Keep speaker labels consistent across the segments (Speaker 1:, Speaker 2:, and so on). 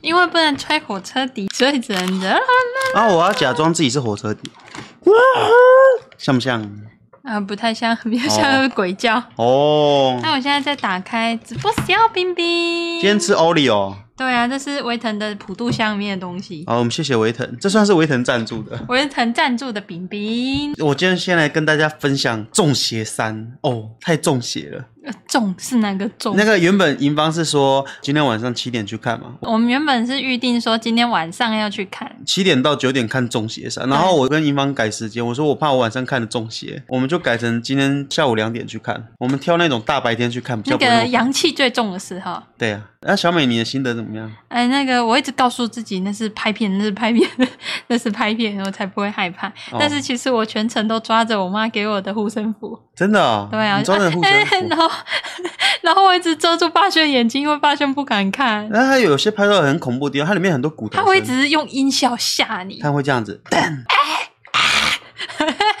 Speaker 1: 因为不能吹火车笛，所以只能的
Speaker 2: 啊，我要假装自己是火车底，像不像？
Speaker 1: 呃不太像，比较像鬼叫。
Speaker 2: 哦，
Speaker 1: 那我现在再打开直播小冰冰。
Speaker 2: 今天吃 Oreo。
Speaker 1: 对啊，这是维腾的普渡下面的东西，
Speaker 2: 好，我们谢谢维腾，这算是维腾赞助的。
Speaker 1: 维腾赞助的饼饼。
Speaker 2: 我今天先来跟大家分享中邪三哦，太中邪了。
Speaker 1: 呃重是哪个重？
Speaker 2: 那个原本银方是说今天晚上七点去看嘛，
Speaker 1: 我们原本是预定说今天晚上要去看，
Speaker 2: 七点到九点看中邪三，然后我跟银方改时间，我说我怕我晚上看的中邪，我们就改成今天下午两点去看，我们挑那种大白天去看，比较
Speaker 1: 那
Speaker 2: 不会那
Speaker 1: 个
Speaker 2: 么
Speaker 1: 阳气最重的时候。
Speaker 2: 对啊。那、小美，你的心得怎么样？
Speaker 1: 哎，那个我一直告诉自己那是拍片，那是拍片， 那是拍片，我才不会害怕。
Speaker 2: 哦
Speaker 1: 但是其实我全程都抓着我妈给我的护身符，
Speaker 2: 真的、哦？
Speaker 1: 对啊，
Speaker 2: 你装的护身
Speaker 1: 然
Speaker 2: 符。
Speaker 1: 后然后我一直遮住霸轩眼睛，因为霸轩不敢看，
Speaker 2: 那它哎有些拍到很恐怖的地方，它里面很多骨头
Speaker 1: 他
Speaker 2: 声。
Speaker 1: 会一直用音效吓你
Speaker 2: 啊他。会这样子，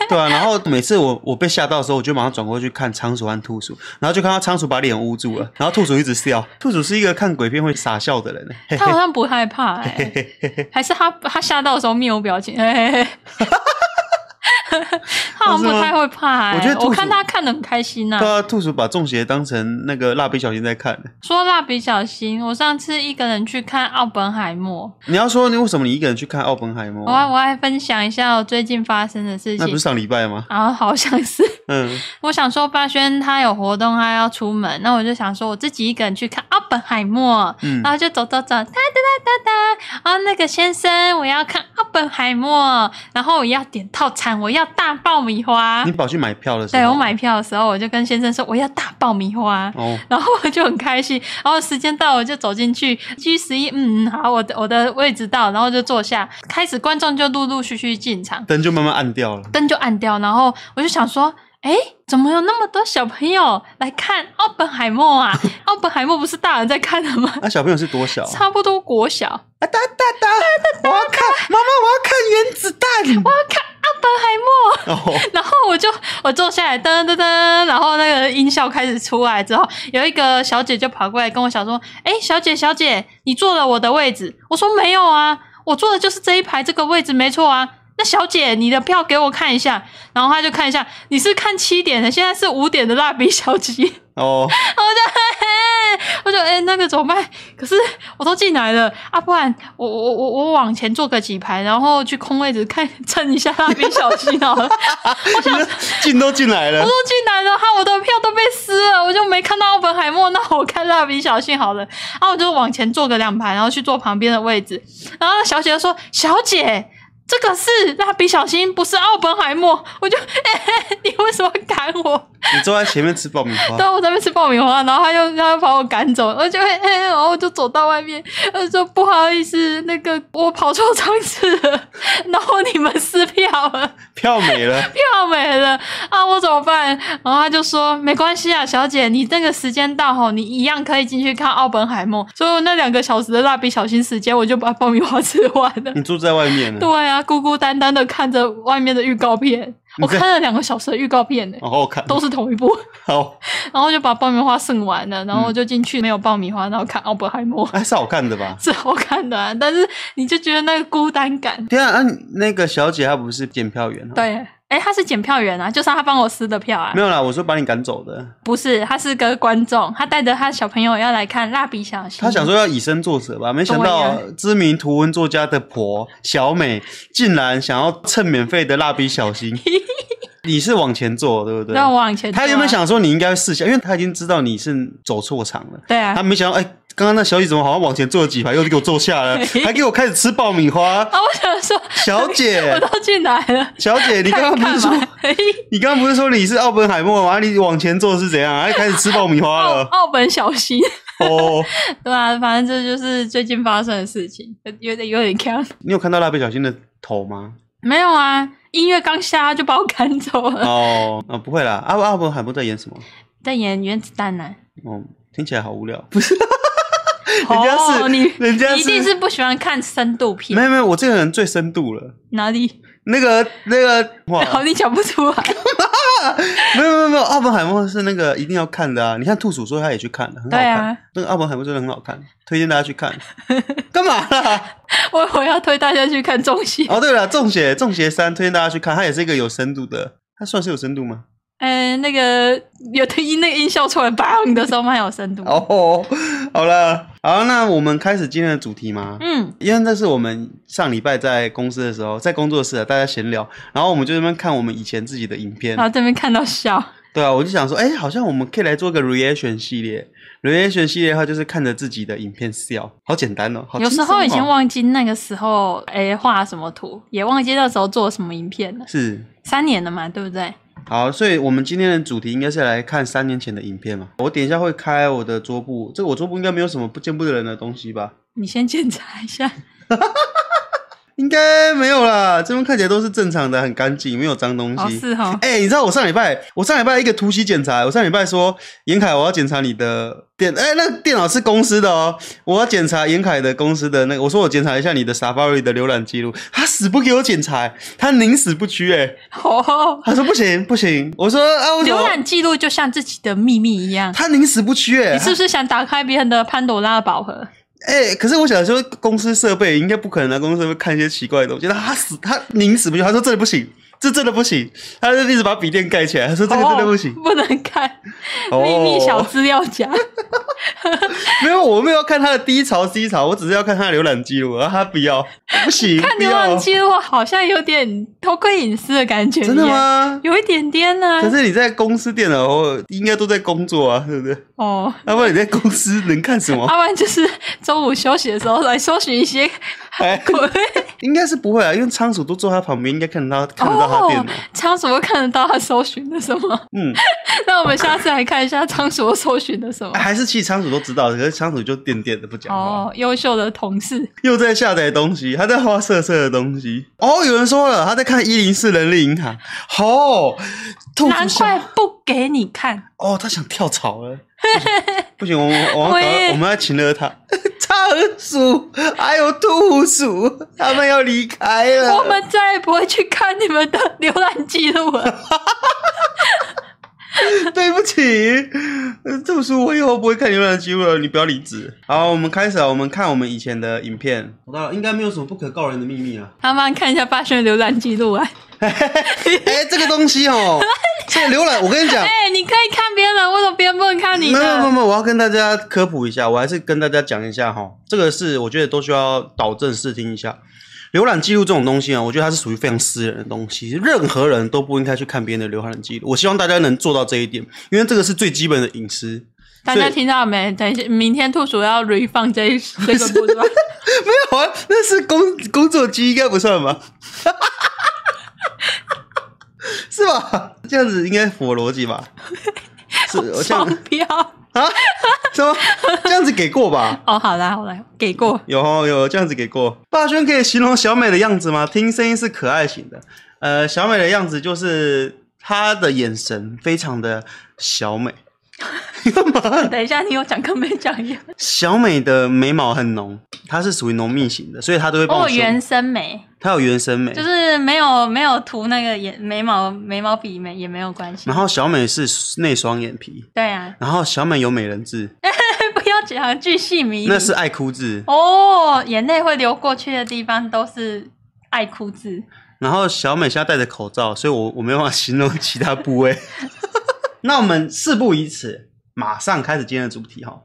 Speaker 2: 对啊，然后每次我我被吓到的时候，我就马上转过去看仓鼠和兔鼠，然后就看到仓鼠把脸捂住了，然后兔鼠一直笑。兔鼠是一个看鬼片会傻笑的人，欸嘿
Speaker 1: 他好像不害怕、欸，
Speaker 2: 嘿嘿嘿，
Speaker 1: 还是他他吓到的时候面无表情，哎、嘿嘿 嘿他好像不太会怕、欸。
Speaker 2: 我觉得兔子
Speaker 1: 我看他看得很开心呐、
Speaker 2: 对啊，兔鼠把中邪当成那个蜡笔小新在看。
Speaker 1: 说蜡笔小新，我上次一个人去看奥本海默，
Speaker 2: 你要说你为什么你一个人去看奥本海默啊
Speaker 1: 我？还我还分享一下我最近发生的事
Speaker 2: 哦那不
Speaker 1: 情
Speaker 2: 是。上礼拜吗？
Speaker 1: 然后好像是，
Speaker 2: 嗯，
Speaker 1: 我想说霸轩他有活动，他要出门，那我就想说我自己一个人去看奥本海默，
Speaker 2: 嗯
Speaker 1: 然后就走走走，哒哒哒哒哒，啊那个先生，我要看奥本海默，然后我要点套餐，我要大爆米花
Speaker 2: 你。跑去买票的时候，
Speaker 1: 对我买票的时候，我就跟先生说我要大爆米花，
Speaker 2: 哦，
Speaker 1: 然后我就很开心，然后时间到我就走进去 G 十一，嗯，好，我的我的位置到，然后就坐下，开始观众就陆陆续续进场，
Speaker 2: 灯就慢慢暗掉了。
Speaker 1: 灯就暗掉，然后我就想说。哎，怎么有那么多小朋友来看奥本海默啊？奥本海默不是大人在看的吗？
Speaker 2: 那、小朋友是多小啊？
Speaker 1: 差不多国小，奥
Speaker 2: 啊哒哒哒！我要看妈妈，我要看原子弹。
Speaker 1: 本海默。
Speaker 2: 哦，
Speaker 1: 然后我就我坐下来，噔噔噔，然后那个音效开始出来之后，有一个小姐就跑过来跟我想说：“哎，小姐，小姐，你坐了我的位置。”我说：“没有啊，我坐的就是这一排这个位置，没错啊。”那小姐，你的票给我看一下，然后她就看一下，你是看七点的，现在是五点的蜡笔小新，
Speaker 2: 哦，
Speaker 1: 我就哎、那个怎么办？可是我都进来了啊，不然我我我我往前坐个几排，然后去空位置看蹭一下蜡笔小新好了。
Speaker 2: 进都进来了
Speaker 1: 我都，进来了，哈，我的票都被撕了，我就没看到奥本海默。那我看蜡笔小新好了，然后我就往前坐个两排，然后去坐旁边的位置。然后那小姐就说：“小姐，这个是蜡笔小新，不是奥本海默。”我就、 欸，你为什么赶我？
Speaker 2: 你坐在前面吃爆米花
Speaker 1: 对，，啊我在那边吃爆米花，然后他又他又把我赶走，我就会、 欸，然后我就走到外面，我就说不好意思，那个我跑错场次了，然后你们撕票了。
Speaker 2: 票没了，
Speaker 1: 票没了啊，我怎么办？然后他就说没关系啊，小姐，你那个时间到吼，你一样可以进去看奥本海默。所以我那两个小时的蜡笔小新时间，我就把爆米花吃完了。
Speaker 2: 你住在外面了，哦
Speaker 1: 对啊，孤孤单单的看着外面的预告片，
Speaker 2: 你
Speaker 1: 我
Speaker 2: 在哦
Speaker 1: 看了两个小时的预告片呢、
Speaker 2: 好好看，
Speaker 1: 都是同一部，
Speaker 2: 好，
Speaker 1: 然后就把爆米花剩完了，然
Speaker 2: 嗯
Speaker 1: 后我就进去没有爆米花，然后看奥本海默
Speaker 2: 还是好看的吧？
Speaker 1: 是好看的、啊，但是你就觉得那个孤单感。
Speaker 2: 天啊，啊那个小姐她不是检票员哦，
Speaker 1: 对，哎、他是检票员啊，就是他帮我撕的票啊。
Speaker 2: 没有啦，我说把你赶走的，
Speaker 1: 不是，他是个观众，他带着他小朋友要来看《蜡笔小新》。
Speaker 2: 她想说要以身作则吧，没想
Speaker 1: 对
Speaker 2: 到知名图文作家的婆小美竟然想要蹭免费的蜡笔小 新，你是往前坐对不对？
Speaker 1: 让我往前坐啊。
Speaker 2: 她原本想说你应该会试一下，因为她已经知道你是走错场了。
Speaker 1: 对啊
Speaker 2: 他，没想到，哎、刚刚那小姐怎么好像往前坐了几排，又给我坐下 了，还给我开始吃爆米花。
Speaker 1: 啊，我想说，
Speaker 2: 小姐
Speaker 1: 我，都进来了，
Speaker 2: 小姐， 你
Speaker 1: 看
Speaker 2: 刚刚不是
Speaker 1: 看
Speaker 2: 说
Speaker 1: 嘛？嘿
Speaker 2: 你刚刚不是说你是奥本海默吗？你往前坐是怎样？还开始吃爆米花
Speaker 1: 澳
Speaker 2: 了？
Speaker 1: 澳本小新，
Speaker 2: 哦，
Speaker 1: 对啊，反正这就是最近发生的事情，有有点有点坑。
Speaker 2: 你有看到蜡笔小新的头 吗？
Speaker 1: 没有啊，音乐刚下他就把我赶走了。
Speaker 2: 哦，啊，不会啦，阿奥本海默在演什么？
Speaker 1: 在演原子弹 呢、
Speaker 2: 哦，听起来好无聊。 不是，人家是，
Speaker 1: 哦，你
Speaker 2: 人家
Speaker 1: 你一定
Speaker 2: 是
Speaker 1: 是不喜欢看深度
Speaker 2: 没
Speaker 1: 片，
Speaker 2: 有没有，我这个人最深度了。
Speaker 1: 哪里？
Speaker 2: 那个那个，哇，
Speaker 1: 然后你讲不出来，
Speaker 2: 没有没有没有，奥本海默是那个一定要看的啊！你看兔鼠说他也去看了，很好
Speaker 1: 对
Speaker 2: 看。
Speaker 1: 啊
Speaker 2: 那个奥本海默真的很好看，推荐大家去看。干嘛啦？
Speaker 1: 我我要推大家去看中戏。
Speaker 2: 哦，对了，《中邪》《中邪三》推荐大家去看，它也是一个有深度的，它算是有深度吗？
Speaker 1: 嗯，那个有的音那个音效出来 bang 的时候蛮有深度。
Speaker 2: 哦，好了，好，那我们开始今天的主题吗？
Speaker 1: 嗯，
Speaker 2: 因为那是我们上礼拜在公司的时候，在工作室啊，大家闲聊，然后我们就在那边看我们以前自己的影片
Speaker 1: 然，后这边看到笑，
Speaker 2: 对啊，我就想说，哎、好像我们可以来做个 reaction 系列，reaction 系列的话就是看着自己的影片笑，好简单哦，好
Speaker 1: 有
Speaker 2: 轻
Speaker 1: 时
Speaker 2: 松
Speaker 1: 候
Speaker 2: 哦
Speaker 1: 已经忘记那个时候诶画什么图，也忘记那时候做什么影片了。
Speaker 2: 是
Speaker 1: 三年了嘛，对不对？
Speaker 2: 好，所以我们今天的主题应该是来看三年前的影片嘛。我等一下会开我的桌布，这个我桌布应该没有什么不见不得人的东西吧？
Speaker 1: 你先检查一下。
Speaker 2: 应该没有啦，这边看起来都是正常的，很干净，没有脏东
Speaker 1: 哦，
Speaker 2: 西。
Speaker 1: 是哈，
Speaker 2: 哎、你知道我上礼拜，我上礼拜一个突袭检查，我上礼拜说严凯，我要检查你的电，哎、那电脑是公司的哦，我要检查严凯的公司的那个，我说我检查一下你的 Safari 的浏览记录，他死不给我检查、欸他宁死不屈、哎，
Speaker 1: 哦，
Speaker 2: 他说不行不行，我说啊，为什
Speaker 1: 浏
Speaker 2: 么？
Speaker 1: 览记录就像自己的秘密一样。
Speaker 2: 他宁死不屈、哎，
Speaker 1: 你是不是想打开别人的潘朵拉宝盒？
Speaker 2: 哎、可是我想说，公司设备应该不可能拿啊公司设备看一些奇怪的东西。但他死，他宁死不屈。他说真的不行，这真的不行。他就一直把笔电盖起来，他说这个真的不行
Speaker 1: 哦。不能看
Speaker 2: 哦
Speaker 1: 秘密小资料夹。
Speaker 2: 没有，我没有要看他的低潮、低潮，我只是要看他的浏览记录。然后他不要，不行，
Speaker 1: 看
Speaker 2: 不
Speaker 1: 浏
Speaker 2: 要
Speaker 1: 览，记录好像有点偷窥隐私的感觉，
Speaker 2: 真的？吗？
Speaker 1: 有一点点呢、
Speaker 2: 可是你在公司电脑应该都在工作啊，对不对？
Speaker 1: 哦，
Speaker 2: 要不然你在公司能看什么？
Speaker 1: 要不然就是周五休息的时候来搜寻一 些
Speaker 2: 哎，
Speaker 1: 鬼
Speaker 2: 应该是不会啊，因为仓鼠都坐他旁边，应该看得到看得到他电
Speaker 1: 哦
Speaker 2: 脑。，
Speaker 1: 仓鼠会看得到他搜寻的什么？
Speaker 2: 嗯，
Speaker 1: 那我们下次来看一下仓鼠搜寻的 什么。
Speaker 2: 还是其实仓鼠都知道，可是仓鼠就垫垫的不讲话。
Speaker 1: 哦，优秀的同事，
Speaker 2: 又在下载东西，他在画色色的东西。哦，有人说了，他在看一零四人力银行。哦，兔
Speaker 1: 难
Speaker 2: 子
Speaker 1: 怪
Speaker 2: 想
Speaker 1: 不给你看。
Speaker 2: 哦，他想跳槽了。不行，不行我们我们要
Speaker 1: 喂
Speaker 2: 搞我们要请了他。 仓鼠还有兔鼠，他们要离开了。
Speaker 1: 我们再也不会去看你们的浏览记录了。
Speaker 2: 对不起，呃兔鼠，我以后不会看浏览记录了，你不要离职。好，我们开始啊，我们看我们以前的影片。我到了，应该没有什么不可告人的秘密啊。
Speaker 1: 他们看一下霸轩的浏览记录啊！
Speaker 2: 哎、这个东西哦，这个浏览，我跟你讲，
Speaker 1: 哎、你可以看别人，为什么别人不能看你
Speaker 2: 没有没有
Speaker 1: 的？
Speaker 2: 没有，我要跟大家科普一下，我还是跟大家讲一下哈，这个是我觉得都需要导正视听一下。浏览记录这种东西啊，我觉得它是属于非常私人的东西，任何人都不应该去看别人的浏览记录。我希望大家能做到这一点，因为这个是最基本的隐 私。
Speaker 1: 大家
Speaker 2: 所以
Speaker 1: 听到没？等一下，明天兔鼠要 re 放这一这个部分。
Speaker 2: 没有啊，那是工工作机，应该不算吧？是吧？这样子应该符合逻辑吧？是，我 这样
Speaker 1: 双标。
Speaker 2: 啊？什么？这样子给过吧？
Speaker 1: 哦，好啦好啦，给过。
Speaker 2: 有哦有这样子给过。霸轩可以形容小美的样子吗？听声音是可爱型的。呃，小美的样子就是她的眼神非常的小美。嗯
Speaker 1: 等一下，你有讲跟没讲一样。
Speaker 2: 小美的眉毛很浓，她是属于浓密型的，所以她都 会帮
Speaker 1: 哦，
Speaker 2: 我修。
Speaker 1: 原生眉，
Speaker 2: 她有原生眉，
Speaker 1: 就是没有没有涂那个眼眉毛眉毛笔没也没有关系
Speaker 2: 然。后小美是内双眼皮，
Speaker 1: 对啊，
Speaker 2: 然后小美有美人痣，
Speaker 1: 不要讲巨细迷离。
Speaker 2: 那是爱哭痣。
Speaker 1: 哦，眼泪会流过去的地方都是爱哭痣。
Speaker 2: 然后小美现在戴着口罩，所以我我没有办法形容其他部位。 那我们事不宜迟，马上开始今天的主题哈。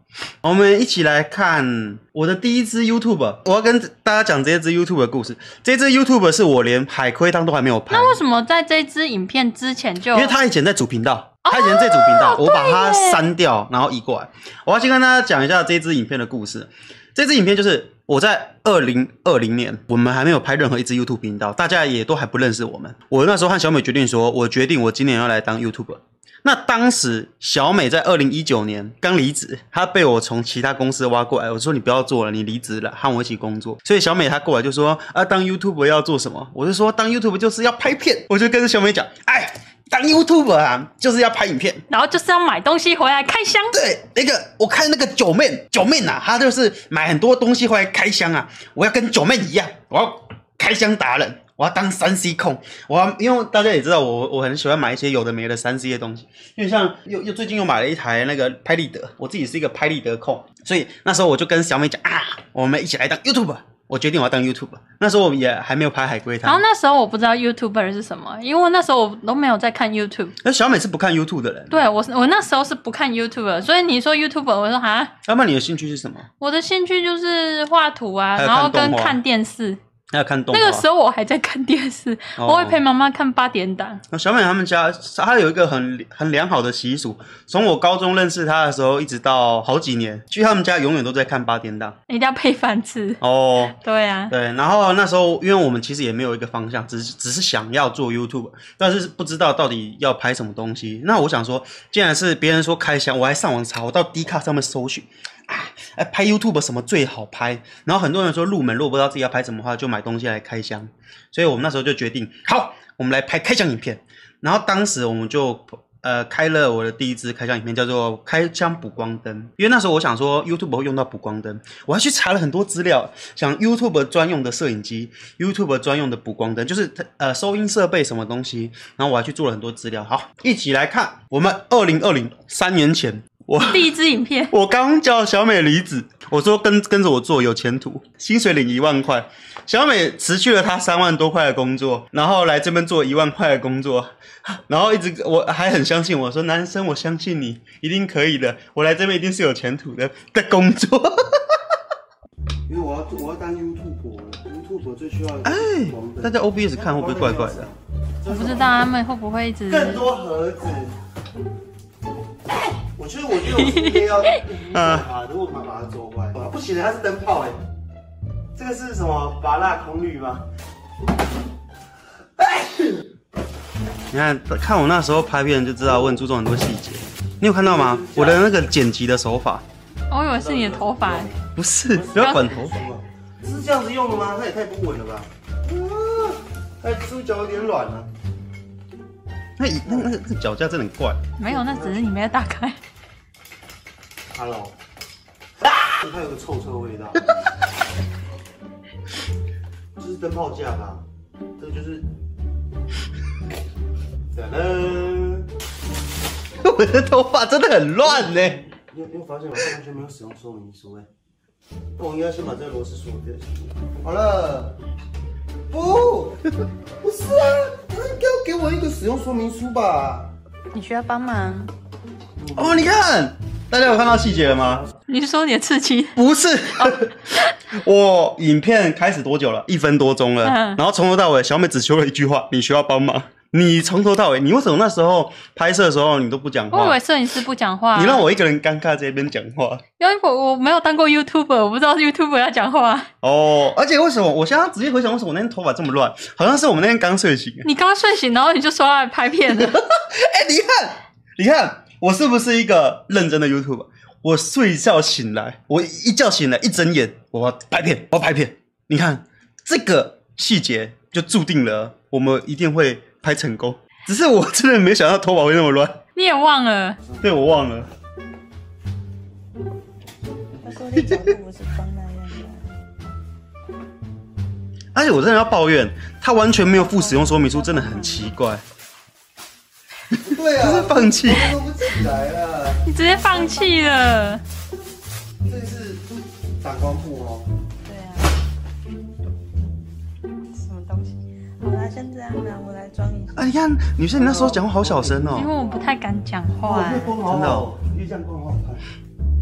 Speaker 2: 我们一起来看我的第一支 YouTube，我要跟大家讲这支 YouTube 的故事。这支 YouTube 是我连海龟汤都还没有拍，
Speaker 1: 那为什么在这支影片之前就？
Speaker 2: 因为他以前在主频道，他以前在主频道，我把它删掉，然后移过来。我要先跟大家讲一下这支影片的故事。这支影片就是我在二零二零年，我们还没有拍任何一支 YouTube 频道，大家也都还不认识我们。我那时候和小美决定说，我决定我今年要来当 YouTuber。那当时小美在二零一九年刚离职，她被我从其他公司挖过来，我说你不要做了，你离职了，和我一起工作。所以小美她过来就说啊，当 YouTube 要做什么？我就说当 YouTube 就是要拍片，我就跟着小美讲，哎，当 YouTube 啊就是要拍影片。
Speaker 1: 然后就是要买东西回来开箱。
Speaker 2: 对，那个我看那个九妹，九妹呐、啊，她就是买很多东西回来开箱啊。我要跟九妹一样，我要开箱达人，我要当三 C 控，我要因为大家也知道我我很喜欢买一些有的没的三 C 的东西，因为像又又最近又买了一台那个拍立得，我自己是一个拍立得控，所以那时候我就跟小美讲啊，我们一起来当 YouTube，我决定我要当 YouTube。那时候我们也还没有拍海龟
Speaker 1: 然后
Speaker 2: 汤，
Speaker 1: 那时候我不知道 YouTuber 是什么，因为那时候我都没有在看 YouTube。
Speaker 2: 那小美是不看 YouTube 的人，
Speaker 1: 对我是，我那时候是不看 YouTube，的所以你说 YouTube，我说哈，
Speaker 2: 要不然你的兴趣是什么？
Speaker 1: 我的兴趣就是画图啊，
Speaker 2: 还有
Speaker 1: 然后
Speaker 2: 看动
Speaker 1: 跟
Speaker 2: 画
Speaker 1: 看电视。
Speaker 2: 要看动画。
Speaker 1: 那个时候我还在看电视，
Speaker 2: 哦
Speaker 1: 我会陪妈妈看八点档。
Speaker 2: 那小美他们家，她有一个很很良好的习俗，从我高中认识她的时候，一直到好几年，去他们家永远都在看八点档。
Speaker 1: 一定要配饭吃。
Speaker 2: 哦，
Speaker 1: 对啊，
Speaker 2: 对，然后那时候因为我们其实也没有一个方向，只是只是想要做 YouTube，但是不知道到底要拍什么东西。那我想说，既然是别人说开箱，我还上网查，我到 D 卡上面搜寻。哎，拍 YouTube 什么最好拍？然后很多人说入门，如果不知道自己要拍什么的话，就买东西来开箱。所以我们那时候就决定，好，我们来拍开箱影片。然后当时我们就呃开了我的第一支开箱影片，叫做《开箱补光灯》，因为那时候我想说 YouTube 会用到补光灯，我还去查了很多资料，像 YouTube 专用的摄影机、YouTube 专用的补光灯，就是它呃收音设备什么东西，然后我还去做了很多资料。好，一起来看我们二零二零三年前我。
Speaker 1: 第一支影片，
Speaker 2: 我刚叫小美离职，我说跟跟着我做有前途，薪水领一万块。小美辞去了她三万多块的工作，然后来这边做一万块的工作，然后一直我还很相信我说男生我相信你一定可以的，我来这边一定是有前途的的工作。
Speaker 3: 因为我要我要当 YouTube，YouTube 最需要
Speaker 2: 哎
Speaker 3: 光，
Speaker 2: 大
Speaker 3: 灯
Speaker 2: 家 OBS 看会不会怪怪的？
Speaker 1: 我不知道他们会不会一直。
Speaker 3: 更多盒子。我觉得，我觉得我今天要啊，如果把把它做坏，哇，不行，它是灯泡哎，这个是什么？拔蜡孔铝吗？
Speaker 2: 你看看我那时候拍片就知道，我很注重很多细节。你有看到吗？我的那个剪辑的手法
Speaker 1: 哦我以为是你的头发，
Speaker 2: 不是不要管头发
Speaker 3: 什。么？是这样子用的吗？那也太不稳了吧！啊，哎，猪脚有点软啊了、
Speaker 2: 那那那个那个脚架真的很怪。
Speaker 1: 没有，那只是你没有打开。
Speaker 3: Hello，它有个臭臭味 道，这是灯泡架吧？这个就是， 噔噔，
Speaker 2: 我的头发真的很乱呢、
Speaker 3: 你有你有发现吗？它完全没有使用说明书哎。那我应该先把这个螺丝锁掉。好了，不，不是啊，你应该给我一个使用说明书吧？
Speaker 1: 你需要帮忙？
Speaker 2: 哦，你看，大家有看到细节了吗？
Speaker 1: 你是说你的刺青？
Speaker 2: 不是， 我影片开始多久了？一分多钟了。
Speaker 1: 嗯
Speaker 2: 然后从头到尾，小美只说了一句话：“你需要帮忙。”你从头到尾，你为什么那时候拍摄的时候你都不讲
Speaker 1: 我以
Speaker 2: 话
Speaker 1: 为？摄影师不讲话。啊
Speaker 2: 你让我一个人尴尬在那边讲话
Speaker 1: 因为我我没有当过 YouTuber，我不知道 YouTuber 要讲话。
Speaker 2: 哦，而且为什么我现在直接回想，为什么我那天头发这么乱？好像是我们那天刚睡醒。
Speaker 1: 你刚睡醒，然后你就说要来拍片 了。
Speaker 2: 哎、你看，你看，我是不是一个认真的 YouTube？我睡觉醒来，我一觉醒来一睁眼，我要拍片，我要拍片。你看这个细节，就注定了我们一定会拍成功。只是我真的没想到头发会那么乱，
Speaker 1: 你也忘了，
Speaker 2: 对我忘了。
Speaker 4: 他说的角度不是方那样的，
Speaker 2: 而且我真的要抱怨，他完全没有附使用说明书，真的很奇怪，
Speaker 3: 不对
Speaker 2: 就
Speaker 3: 啊
Speaker 2: 是， 放弃。
Speaker 3: 都不起来了。
Speaker 1: 你直接放弃了。
Speaker 3: 这是打光布哦。
Speaker 4: 对啊，什么东西？好啦，先这样啦，我来装一下。
Speaker 2: 啊，你看，女生你那时候讲话好小声
Speaker 1: 因为
Speaker 2: 哦。
Speaker 1: 我不太敢讲话、
Speaker 3: 月哦光好好，月亮光好好看。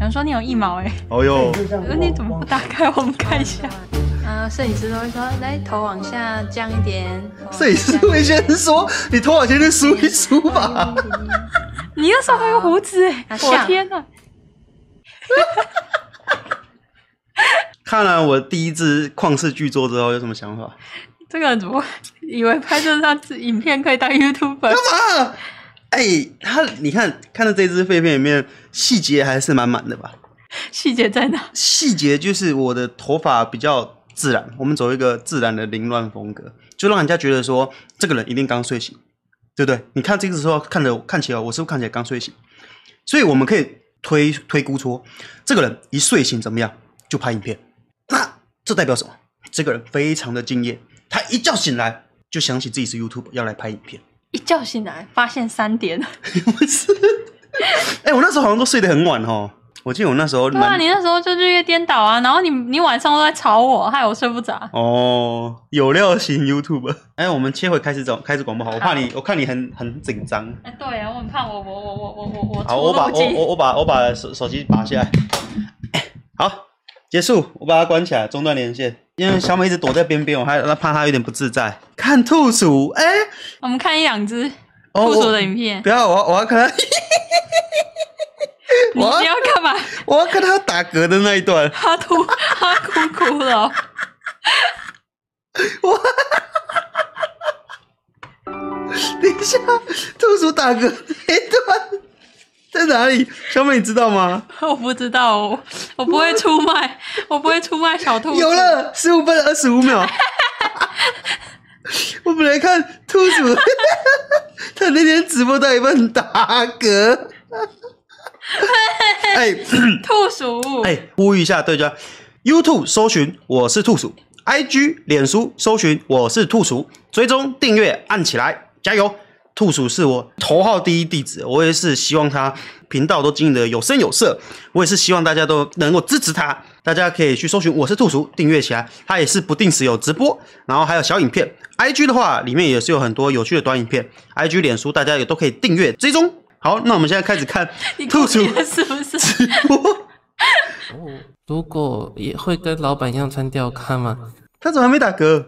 Speaker 1: 有人说你有一毛哎、
Speaker 2: 哦哟，
Speaker 3: 月亮
Speaker 1: 我说
Speaker 3: 光
Speaker 1: 你怎么不打开？我们看一下。
Speaker 4: 啊，摄影师都会说，来头往下降一点。
Speaker 2: 摄影师会先说你头发先去梳一梳吧。
Speaker 1: 你那时候还有胡子哎、
Speaker 4: 啊
Speaker 1: 我
Speaker 4: 像
Speaker 1: 天哪！
Speaker 2: 看了我第一支旷世巨作之后，有什么想法？
Speaker 1: 这个人怎么会以为拍摄上次影片可以当 YouTuber？
Speaker 2: 干嘛？哎、他你看看到这支废片里面细节还是满满的吧？
Speaker 1: 细节在哪？
Speaker 2: 细节就是我的头发比较自然，我们走一个自然的凌乱风格，就让人家觉得说这个人一定刚睡醒，对不对？你看这个时候看着看起来，我是不是看起来刚睡醒？所以我们可以推推估出这个人一睡醒怎么样就拍影片，那这代表什么？这个人非常的敬业，他一觉醒来就想起自己是 YouTube 要来拍影 片。
Speaker 1: 一觉醒来发现三点，
Speaker 2: 不是，哎、我那时候好像都睡得很晚哦。我记得我那时候
Speaker 1: 对啊，
Speaker 2: 蛮
Speaker 1: 你那时候就日夜颠倒啊，然后你你晚上都在吵我，害我睡不着。
Speaker 2: 哦，有料型 YouTube。哎、我们切回开始找开始广播好，我怕你，我看你很很紧张。
Speaker 1: 哎，对啊，我很怕我我我我我我
Speaker 2: 好，我
Speaker 1: 我
Speaker 2: 把我
Speaker 1: 出入
Speaker 2: 我
Speaker 1: 境，
Speaker 2: 我把我把手手机拔下来。 好，结束，我把它关起来，中断连线。因为小美一直躲在边边，我还怕她有点不自在。看兔鼠，哎、
Speaker 1: 我们看一两只
Speaker 2: 哦
Speaker 1: 兔鼠
Speaker 2: 我
Speaker 1: 的影片，
Speaker 2: 不要，我要我要 看她，
Speaker 1: 你
Speaker 2: 我啊
Speaker 1: 你要干嘛？
Speaker 2: 我要看她打嗝的那一段。
Speaker 1: 它吐，它哭哭了 哦。
Speaker 2: 等一下，兔鼠打嗝那一段在哪里？小美，你知道吗？
Speaker 1: 我不知道，我我不会出卖，我不会出卖小兔。
Speaker 2: 啊有，了，十五分二十五秒。我本来看兔鼠， 他那天直播到一半打嗝。 哎
Speaker 1: 兔鼠，
Speaker 2: 哎，呼吁一下对家，YouTube 搜寻我是兔鼠，IG、脸书搜寻我是兔鼠，追踪订阅按起来，加油！兔鼠是我头号第一弟子，我也是希望他频道都经营的有声有色，我也是希望大家都能够支持他。大家可以去搜寻我是兔鼠，订阅起来。他也是不定时有直播，然后还有小影片。IG 的话，里面也是有很多有趣的短影片。IG、脸书大家也都可以订阅追踪。好，那我们现在开始看
Speaker 1: 你
Speaker 2: 兔
Speaker 1: 哭
Speaker 2: 鼠
Speaker 1: 了是不 是？
Speaker 2: 直播。
Speaker 5: 如果也会跟老板一样穿吊咖吗？
Speaker 2: 他怎么还没打 嗝？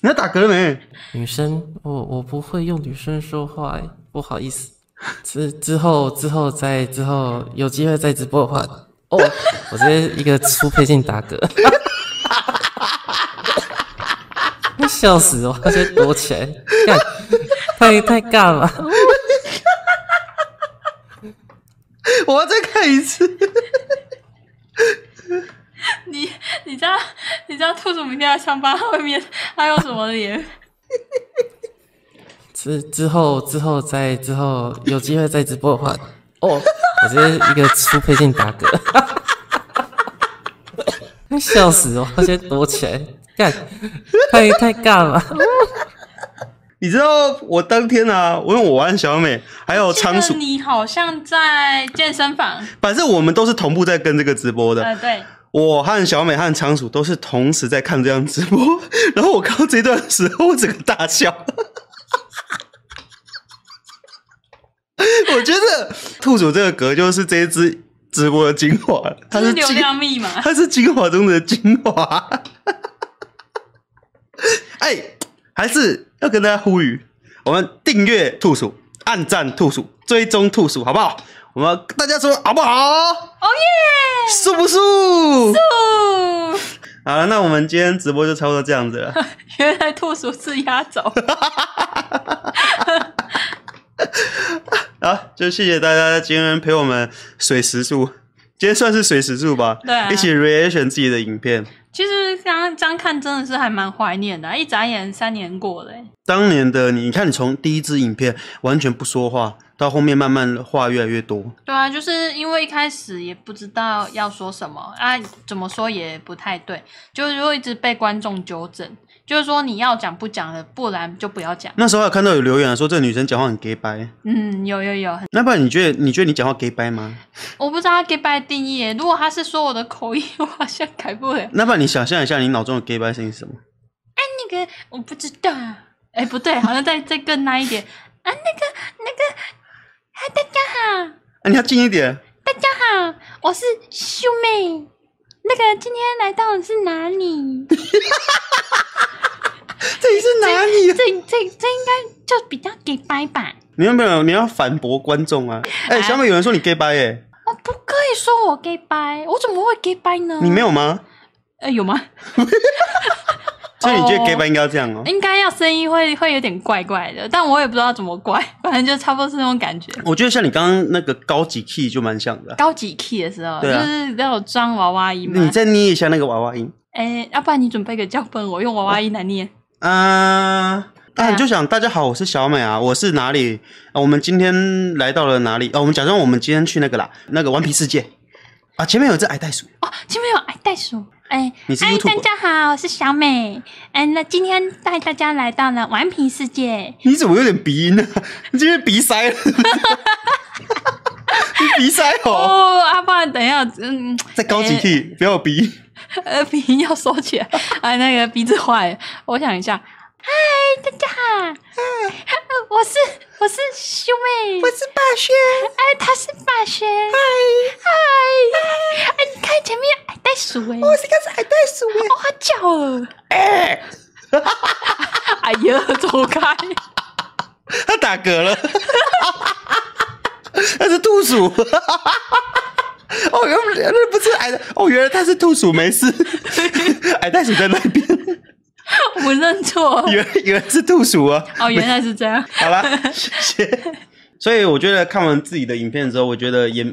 Speaker 2: 你要打嗝了没？
Speaker 5: 女生，我我不会用女生说话、欸，不好意思。之之后之后再之后有机会再直播的话，哦，我直接一个粗配镜打嗝， 笑死我，我直接躲起来，干，太太尬了。
Speaker 2: 我要再看一次。
Speaker 1: 你你知道你知道兔鼠明天要上班，它会面 它用什么脸？
Speaker 5: 之之后之后再之后有机会再直播的话，哦，我直接一个粗配镜打嗝， 笑死我，我先躲起来，干，太太尬了。
Speaker 2: 你知道我当天啊，我用我玩小美还有哦仓
Speaker 1: 这
Speaker 2: 鼠
Speaker 1: 个，你好像在健身 房。
Speaker 2: 反正我们都是同步在跟这个直播的。
Speaker 1: 呃，对，
Speaker 2: 我和小美和仓鼠都是同时在看这样直播， 然后我看到这段的时候，我整个大笑。 我觉得兔鼠这个嗝就是这一支直播的精华，它
Speaker 1: 这是
Speaker 2: 精
Speaker 1: 流量密码。
Speaker 2: 它是精华中的精华。 哎，还是要跟大家呼吁，我们订阅兔鼠，按赞兔鼠，追踪兔鼠，好不好？我们大家说好不好？
Speaker 1: 哦耶！
Speaker 2: 素不素？
Speaker 1: 哦，
Speaker 2: 好了，那我们今天直播就差不多这样子了。
Speaker 1: 原来兔鼠是压轴。
Speaker 2: 好，就谢谢大家今天陪我们水时速，今天算是水时速吧？
Speaker 1: 对啊
Speaker 2: 一起 reaction 自己的影片。
Speaker 1: 其实刚刚这样看真的是还蛮怀念的啊、一眨眼三年过了欸、
Speaker 2: 当年的你，你看你从第一支影片完全不说话，到后面慢慢话越来越多，
Speaker 1: 对啊，就是因为一开始也不知道要说什么啊，怎么说也不太对，就是会一直被观众纠正，就是说你要讲不讲了，不然就不要讲。
Speaker 2: 那时候还有看到有留言说这女生讲话很 gay 白，
Speaker 1: 嗯，有有有，很
Speaker 2: 那不然你觉得你觉得你讲话 gay 白吗？
Speaker 1: 我不知道他 gay by 定义欸，如果他是说我的口音，我好像改不了。
Speaker 2: 那不然你想象一下你脑中的 gay 白声音是什么？
Speaker 1: 那个我不知道，哎，不对，好像再再更那一点啊，那个那个，嗨，大家好。
Speaker 2: 啊，你要近一点，
Speaker 1: 大家好，我是秀妹。那个今天来到的是哪里？
Speaker 2: 这里是哪里啊
Speaker 1: 这？这这应该就比较给掰吧。
Speaker 2: 你有没有你要反驳观众啊？哎、
Speaker 1: 啊
Speaker 2: 小美有人说你 gay 白哎，
Speaker 1: 我哦不可以说我给掰，我怎么会给掰呢？
Speaker 2: 你没有吗？
Speaker 1: 呃有吗？
Speaker 2: 所以你觉得
Speaker 1: 哦
Speaker 2: gay 白应该要这样哦、
Speaker 1: 应该要声音会会有点怪怪的，但我也不知道怎么怪， 反正就差不多是那种感觉。
Speaker 2: 我觉得像你刚刚那个高级 key 就蛮像的啊、
Speaker 1: 高级 key 的时候，
Speaker 2: 对啊
Speaker 1: 就是那种装娃娃音
Speaker 2: 你
Speaker 1: 嘛。
Speaker 2: 再捏一下那个娃娃音
Speaker 1: 哎，要不然你准备个脚本，我用娃娃音来念。
Speaker 2: 啊。
Speaker 1: 对
Speaker 2: 啊，
Speaker 1: 啊
Speaker 2: 你就想大家好，我是小美啊，我是哪里？啊、我们今天来到了哪里？啊，我们假装我们今天去那个啦，那个顽皮世界啊，前面有一只矮袋鼠，
Speaker 1: 哦，前面有矮袋鼠，哎、哎，
Speaker 2: 你是
Speaker 1: 嗨，大
Speaker 2: YouTuber
Speaker 1: 家好，我是小美。哎，那今天带大家来到了顽皮世界。
Speaker 2: 你怎么有点鼻音呢、啊 你这边鼻塞 了是不是？你鼻塞哦，哎
Speaker 1: 哦，阿爸，等一下，嗯，
Speaker 2: 再高几 T，、不要有鼻音。
Speaker 1: 呃，鼻音要收起来。 哎，那个鼻子坏了，我想一下。嗨，大家好， 我是我是修妹，我是霸轩。哎，他是霸轩。嗨嗨，哎，你看前面有矮袋鼠哎，我是个矮袋鼠哎，哦，它叫了。 哎，哎呀，走开！
Speaker 2: 他打嗝 了，他是兔鼠。 哦，原来那不是矮的，哦，原来他是兔鼠，没事。 矮袋鼠在那边，
Speaker 1: 我认错了。
Speaker 2: 原来原来是兔鼠啊。
Speaker 1: 哦，原来是这 样。
Speaker 2: 好啦，谢谢。所以我觉得看完自己的影片之后，我觉得也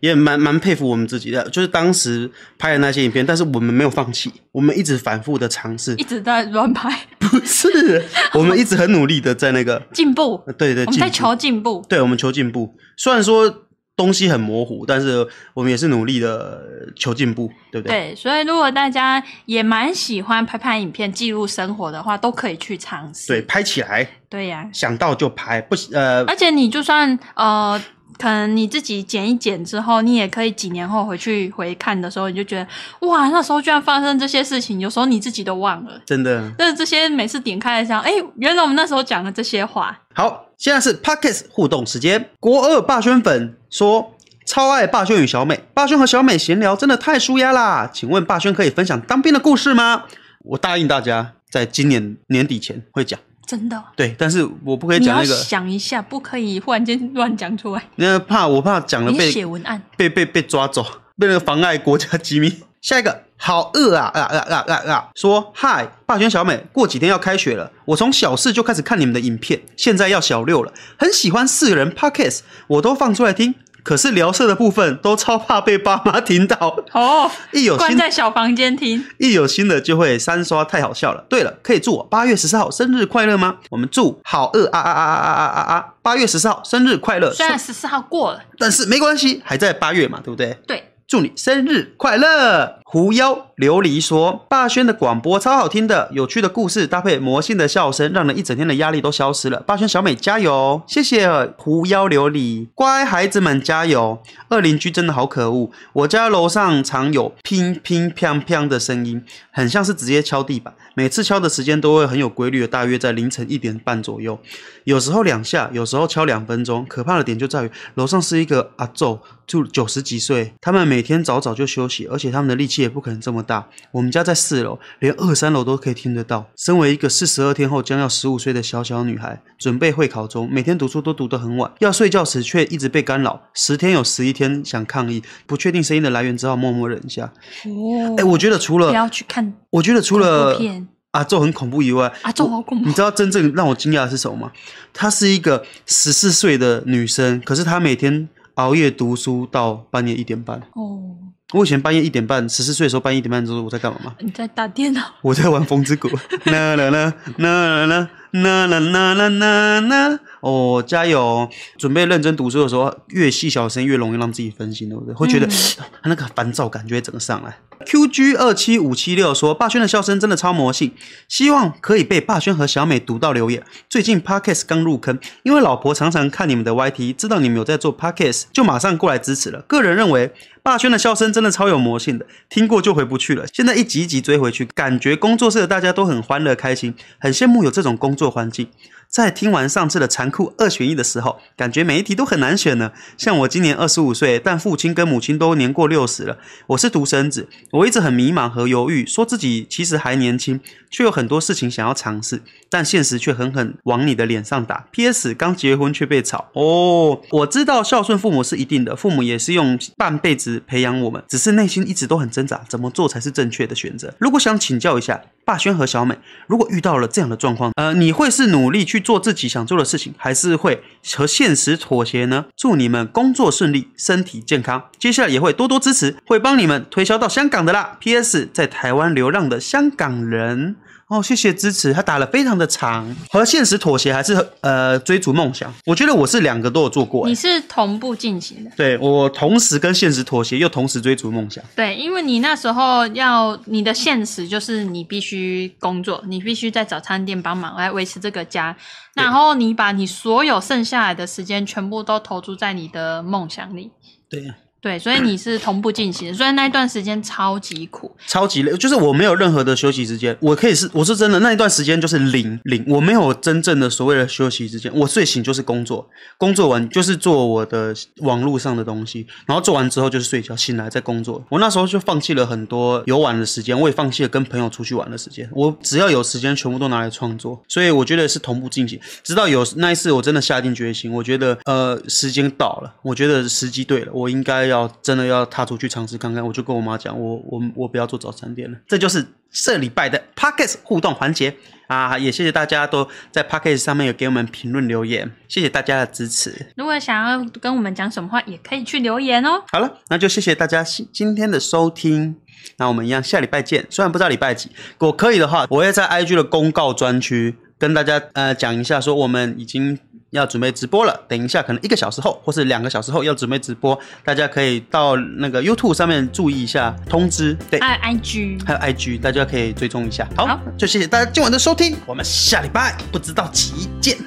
Speaker 2: 也蛮蛮佩服我们自己的，就是当时拍的那些影片，但是我们没有放弃，我们一直反复的尝试
Speaker 1: 一，直在乱拍，
Speaker 2: 不是，我们一直很努力的在那个，
Speaker 1: 进步。
Speaker 2: 对对，
Speaker 1: 我们在
Speaker 2: 进步
Speaker 1: 求进步，
Speaker 2: 对，我们求进步。虽然说东西很模糊，但是我们也是努力的求进步，对不对？
Speaker 1: 对，所以如果大家也蛮喜欢拍拍影片记录生活的话，都可以去尝试。
Speaker 2: 对，拍起来
Speaker 1: 对呀、
Speaker 2: 想到就拍，不呃，
Speaker 1: 而且你就算呃，可能你自己剪一剪之后，你也可以几年后回去回看的时候，你就觉得哇，那时候居然发生这些事情，有时候你自己都忘了。
Speaker 2: 真的
Speaker 1: 但是这些每次点开来想，哎，原来我们那时候讲的这些话，
Speaker 2: 好。现在是 Pockets 互动时间，国二霸轩粉说。超爱霸轩与小美，霸轩和小美闲聊真的太舒压啦！请问霸轩可以分享当兵的故事吗？我答应大家，在今年年底前会讲，
Speaker 1: 真的，
Speaker 2: 对，但是我不可以
Speaker 1: 你
Speaker 2: 讲
Speaker 1: 要
Speaker 2: 那个，
Speaker 1: 想一下，不可以忽然间乱讲出来，
Speaker 2: 因为怕我怕讲了
Speaker 1: 你
Speaker 2: 被
Speaker 1: 写文案。
Speaker 2: 被被被抓走，被那个妨碍国家机密。 下一个，好饿啊啊啊啊啊啊！说嗨，霸权小美，过几天要开学了，我从小四就开始看你们的影片，现在要小六了，很喜欢四人 podcast，我都放出来听。可是聊色的部分都超怕被爸妈听到，
Speaker 1: 哦，
Speaker 2: 一有
Speaker 1: 关
Speaker 2: 新
Speaker 1: 在小房间听，
Speaker 2: 一有新的就会三刷，太好笑了。对了，可以祝我八月十四号生日快乐吗？我们祝好饿啊啊啊啊啊啊啊！八月十四号生日快乐，
Speaker 1: 虽然十四号过了，
Speaker 2: 但是没关系，还在八月嘛，对不对？
Speaker 1: 对，
Speaker 2: 祝你生日快乐！狐妖琉璃说：“霸轩的广播超好听的，有趣的故事搭配魔性的笑声，让人一整天的压力都消失了。霸轩小美加油！谢谢狐妖琉璃，乖孩子们加油！二邻居真的好可恶，我家楼上常有乒乒乓乓的声音，很像是直接敲地板。每次敲的时间都会很有规律的，大约在凌晨一点半左右。有时候两下，有时候敲两分钟。可怕的点就在于，楼上是一个阿昼，住九十几岁，他们每天早早就休息，而且他们的力气也不可能这么大。我们家在四楼，连二三楼都可以听得到。身为一个四十二天后将要十五岁的小小女孩，准备会考中，每天读书都读得很晚，要睡觉时却一直被干扰。十天有十一天想抗议，不确定声音的来源，只好默默忍下。
Speaker 1: 哦
Speaker 2: 哎、我觉得除
Speaker 1: 不
Speaker 2: 了，
Speaker 1: 要去看
Speaker 2: 我觉得除
Speaker 1: 恐
Speaker 2: 了
Speaker 1: 怖片
Speaker 2: 阿昼很恐怖以外，
Speaker 1: 啊，这好恐
Speaker 2: 你
Speaker 1: 怖，
Speaker 2: 知道真正让我惊讶的是什么吗？她是一个十四岁的女生，可是她每天熬夜读书到半夜一点半。
Speaker 1: 哦，
Speaker 2: 我以前半夜一点半，十四岁的时候半夜一点半之后我在干嘛吗？
Speaker 1: 你在打电脑，
Speaker 2: 我在玩《风之谷》 啦啦啦啦啦啦啦啦啦啦啦！哦，加油！准备认真读书的时候，越细小的声音越容易让自己分心，对不对？会觉得、 啊那个烦躁感就会整个上来。QG 二七五七六说：“霸轩的笑声真的超魔性，希望可以被霸轩和小美读到留言。最近 Podcast 刚入坑，因为老婆常常看你们的 YT，知道你们有在做 Podcast，就马上过来支持了。个人认为，霸轩的笑声真的超有魔性的，听过就回不去了。现在一集一集追回去，感觉工作室的大家都很欢乐开心，很羡慕有这种工作环境。在听完上次的残酷二选一的时候，感觉每一题都很难选呢。像我今年二十五岁，但父亲跟母亲都年过六十了，我是独生子，我一直很迷茫和犹豫，说自己其实还年轻，却有很多事情想要尝试，但现实却狠狠往你的脸上打。P.S. 刚结婚却被炒哦，我知道孝顺父母是一定的，父母也是用半辈子培养我们，只是内心一直都很挣扎，怎么做才是正确的选择？如果想请教一下霸轩和小美，如果遇到了这样的状况，呃，你会是努力去做自己想做的事情，还是会和现实妥协呢？祝你们工作顺利，身体健康。接下来也会多多支持，会帮你们推销到香港的啦。P.S. 在台湾流浪的香港人。哦，谢谢支持。他打了非常的长，和现实妥协还是呃追逐梦想？我觉得我是两个都有做过、
Speaker 1: 你
Speaker 2: 欸。
Speaker 1: 是同步进行的，
Speaker 2: 对我同时跟现实妥协，又同时追逐梦想。
Speaker 1: 对，因为你那时候要你的现实就是你必须工作，你必须在早餐店帮忙来维持这个家，
Speaker 2: 对
Speaker 1: 然后你把你所有剩下来的时间全部都投注在你的梦想里。
Speaker 2: 对，
Speaker 1: 对，所以你是同步进行的，所以那一段时间超级苦，
Speaker 2: 超级累，就是我没有任何的休息时间。我可以是，我是真的那一段时间就是零零，我没有真正的所谓的休息时间。我睡醒就是工作，工作完就是做我的网络上的东西，然后做完之后就是睡觉，醒来再工作。我那时候就放弃了很多游玩的时间，我也放弃了跟朋友出去玩的时间。我只要有时间，全部都拿来创作。所以我觉得是同步进行。直到有那一次，我真的下定决心，我觉得呃时间到了，我觉得时机对了，我应该要真的要踏出去尝试看看。我就跟我妈讲，我我我不要做早餐店了。这就是这礼拜的 Pockets 互动环节啊！也谢谢大家都在 Pockets 上面有给我们评论留言，谢谢大家的支持。
Speaker 1: 如果想要跟我们讲什么话，也可以去留言哦。
Speaker 2: 好了，那就谢谢大家今今天的收听。那我们一样下礼拜见，虽然不知道礼拜几，我可以的话，我会在 IG 的公告专区跟大家呃讲一下，说我们已经要准备直播了。等一下可能一个小时后或是两个小时后要准备直播，大家可以到那个 YouTube 上面注意一下通知，对，
Speaker 1: 还有 IG，
Speaker 2: 还有 IG，大家可以追踪一下。好，
Speaker 1: 啊好
Speaker 2: 就谢谢大家今晚的收听，我们下礼拜不知道几见，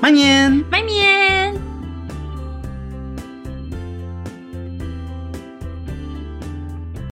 Speaker 2: 拜年。
Speaker 1: 拜拜。